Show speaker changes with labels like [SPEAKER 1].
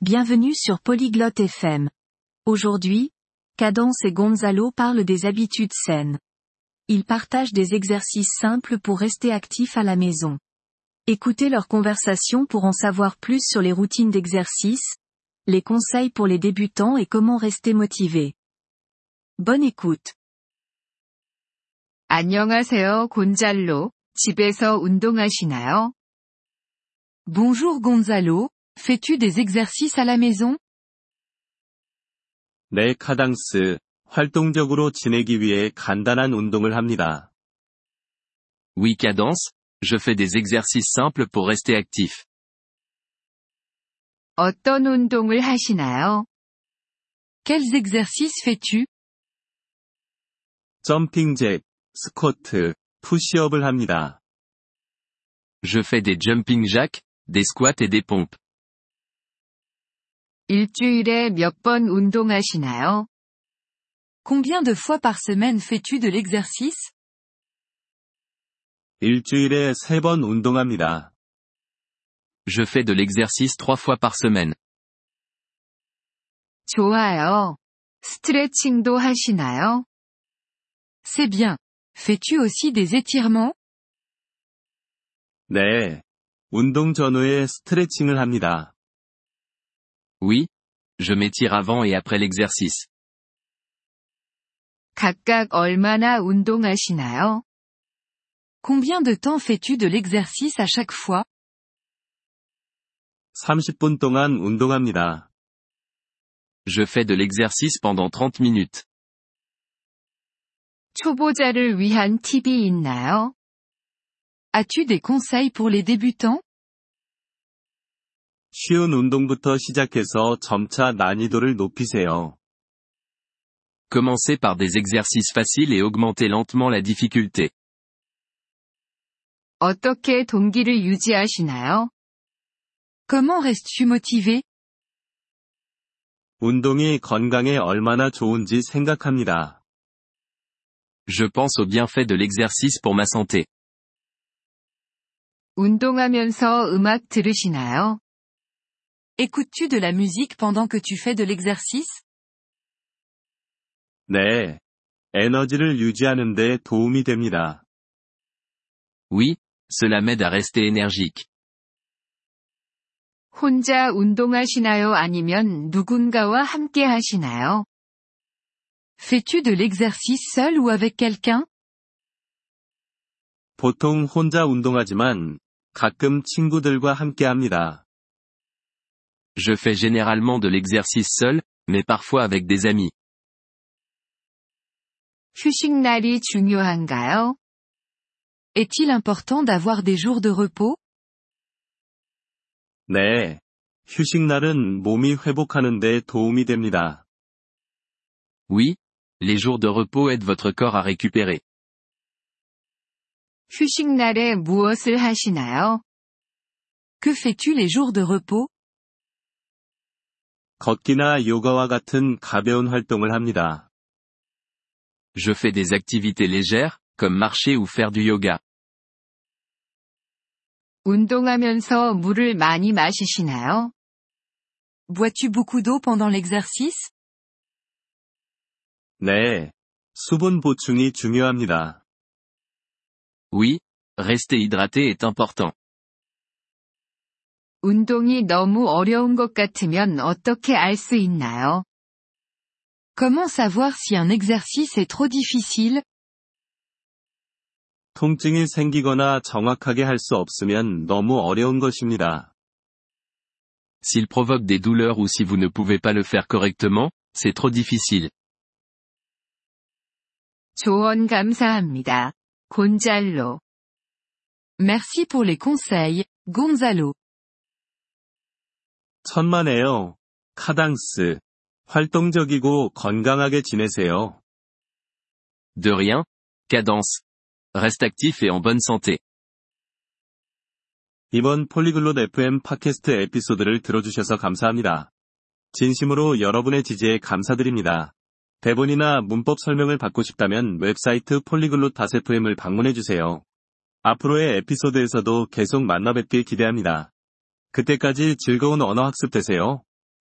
[SPEAKER 1] Bienvenue sur Polyglotte FM. Aujourd'hui, Cadence et Gonzalo parlent des habitudes saines. Ils partagent des exercices simples pour rester actifs à la maison. Écoutez leur conversation pour en savoir plus sur les routines d'exercice, les conseils pour les débutants et comment rester motivé. Bonne écoute.
[SPEAKER 2] 안녕하세요, 곤잘로. 집에서 운동하시나요?
[SPEAKER 1] Bonjour Gonzalo, fais-tu des exercices à la maison
[SPEAKER 3] 네, 카당스. 활동적으로 지내기 위해 간단한 운동을 합니다.
[SPEAKER 4] Oui, cadence, je fais des exercices simples pour rester actif.
[SPEAKER 2] 어떤 운동을 하시나요?
[SPEAKER 1] Quels exercices fais-tu
[SPEAKER 3] 점핑 잭, 스쿼트, 푸시업을 합니다.
[SPEAKER 4] Je fais des jumping jacks, des squats et des pompes.
[SPEAKER 2] 일주일에 몇 번 운동하시나요?
[SPEAKER 1] Combien de fois par semaine fais-tu de l'exercice
[SPEAKER 3] 일주일에 세 번 운동합니다.
[SPEAKER 4] Je fais de l'exercice trois fois par semaine.
[SPEAKER 2] 좋아요. 스트레칭도 하시나요?
[SPEAKER 1] C'est bien. Fais-tu aussi des étirements
[SPEAKER 3] 네. 운동 전후에 스트레칭을 합니다.
[SPEAKER 4] Oui. Je m'étire avant et après l'exercice.
[SPEAKER 2] 각각 얼마나 운동하시나요?
[SPEAKER 1] Combien de temps fais-tu de l'exercice à chaque fois
[SPEAKER 3] 30분 동안 운동합니다.
[SPEAKER 4] Je fais de l'exercice pendant 30 minutes.
[SPEAKER 2] 초보자를 위한 팁이 있나요?
[SPEAKER 1] As-tu des conseils pour les débutants
[SPEAKER 3] 쉬운 운동부터 시작해서 점차 난이도를 높이세요.
[SPEAKER 4] Commencez par des exercices faciles et augmentez lentement la difficulté.
[SPEAKER 2] 어떻게 동기를 유지하시나요?
[SPEAKER 1] Comment restes-tu motivé
[SPEAKER 3] 운동이 건강에 얼마나 좋은지 생각합니다.
[SPEAKER 4] Je pense aux bienfaits de l'exercice pour ma santé.
[SPEAKER 2] 운동하면서 음악 들으시나요?
[SPEAKER 1] Écoutes-tu de la musique pendant que tu fais de l'exercice
[SPEAKER 3] 네. 에너지를 유지하는데 도움이 됩니다.
[SPEAKER 4] Oui. Cela m'aide à rester énergique.
[SPEAKER 2] 혼자 운동하시나요? 아니면 누군가와 함께 하시나요?
[SPEAKER 1] Fais-tu de l'exercice seul ou avec quelqu'un
[SPEAKER 3] 보통 혼자 운동하지만 가끔 친구들과 함께 합니다.
[SPEAKER 4] Je fais généralement de l'exercice seul, mais parfois avec des amis.
[SPEAKER 2] 휴식날이 중요한가요?
[SPEAKER 1] Est-il important d'avoir des jours de repos
[SPEAKER 3] 네. 휴식날은 몸이 회복하는데 도움이 됩니다.
[SPEAKER 4] Oui. Les jours de repos aident votre corps à récupérer.
[SPEAKER 2] 휴식날에 무엇을 하시나요?
[SPEAKER 1] Que fais-tu les jours de repos
[SPEAKER 3] 걷기나 요가와 같은 가벼운 활동을 합니다.
[SPEAKER 4] Je fais des activités légères, comme marcher ou faire du yoga.
[SPEAKER 2] 운동하면서 물을 많이 마시시나요?
[SPEAKER 1] Bois-tu beaucoup d'eau pendant l'exercice
[SPEAKER 3] 네. 수분 보충이 중요합니다.
[SPEAKER 4] Oui, rester hydraté est important.
[SPEAKER 2] 운동이 너무 어려운 것 같으면 어떻게 알 수 있나요?
[SPEAKER 1] Comment savoir si un exercice est trop difficile
[SPEAKER 3] 통증이 생기거나 정확하게 할 수 없으면 너무 어려운 것입니다.
[SPEAKER 4] S'il provoque des douleurs ou si vous ne pouvez pas le faire correctement, c'est trop difficile.
[SPEAKER 2] 조언 감사합니다. 곤잘로.
[SPEAKER 1] Merci pour les conseils, Gonzalo.
[SPEAKER 3] 천만에요. 카당스. 활동적이고 건강하게 지내세요.
[SPEAKER 4] De rien. Cadence. Reste actif et en bonne santé.
[SPEAKER 3] 이번 폴리글롯 FM 팟캐스트 에피소드를 들어주셔서 감사합니다. 진심으로 여러분의 지지에 감사드립니다. 대본이나 문법 설명을 받고 싶다면 웹사이트 폴리글롯 FM을 방문해주세요. 앞으로의 에피소드에서도 계속 만나뵙길 기대합니다. 그때까지 즐거운 언어 학습 되세요.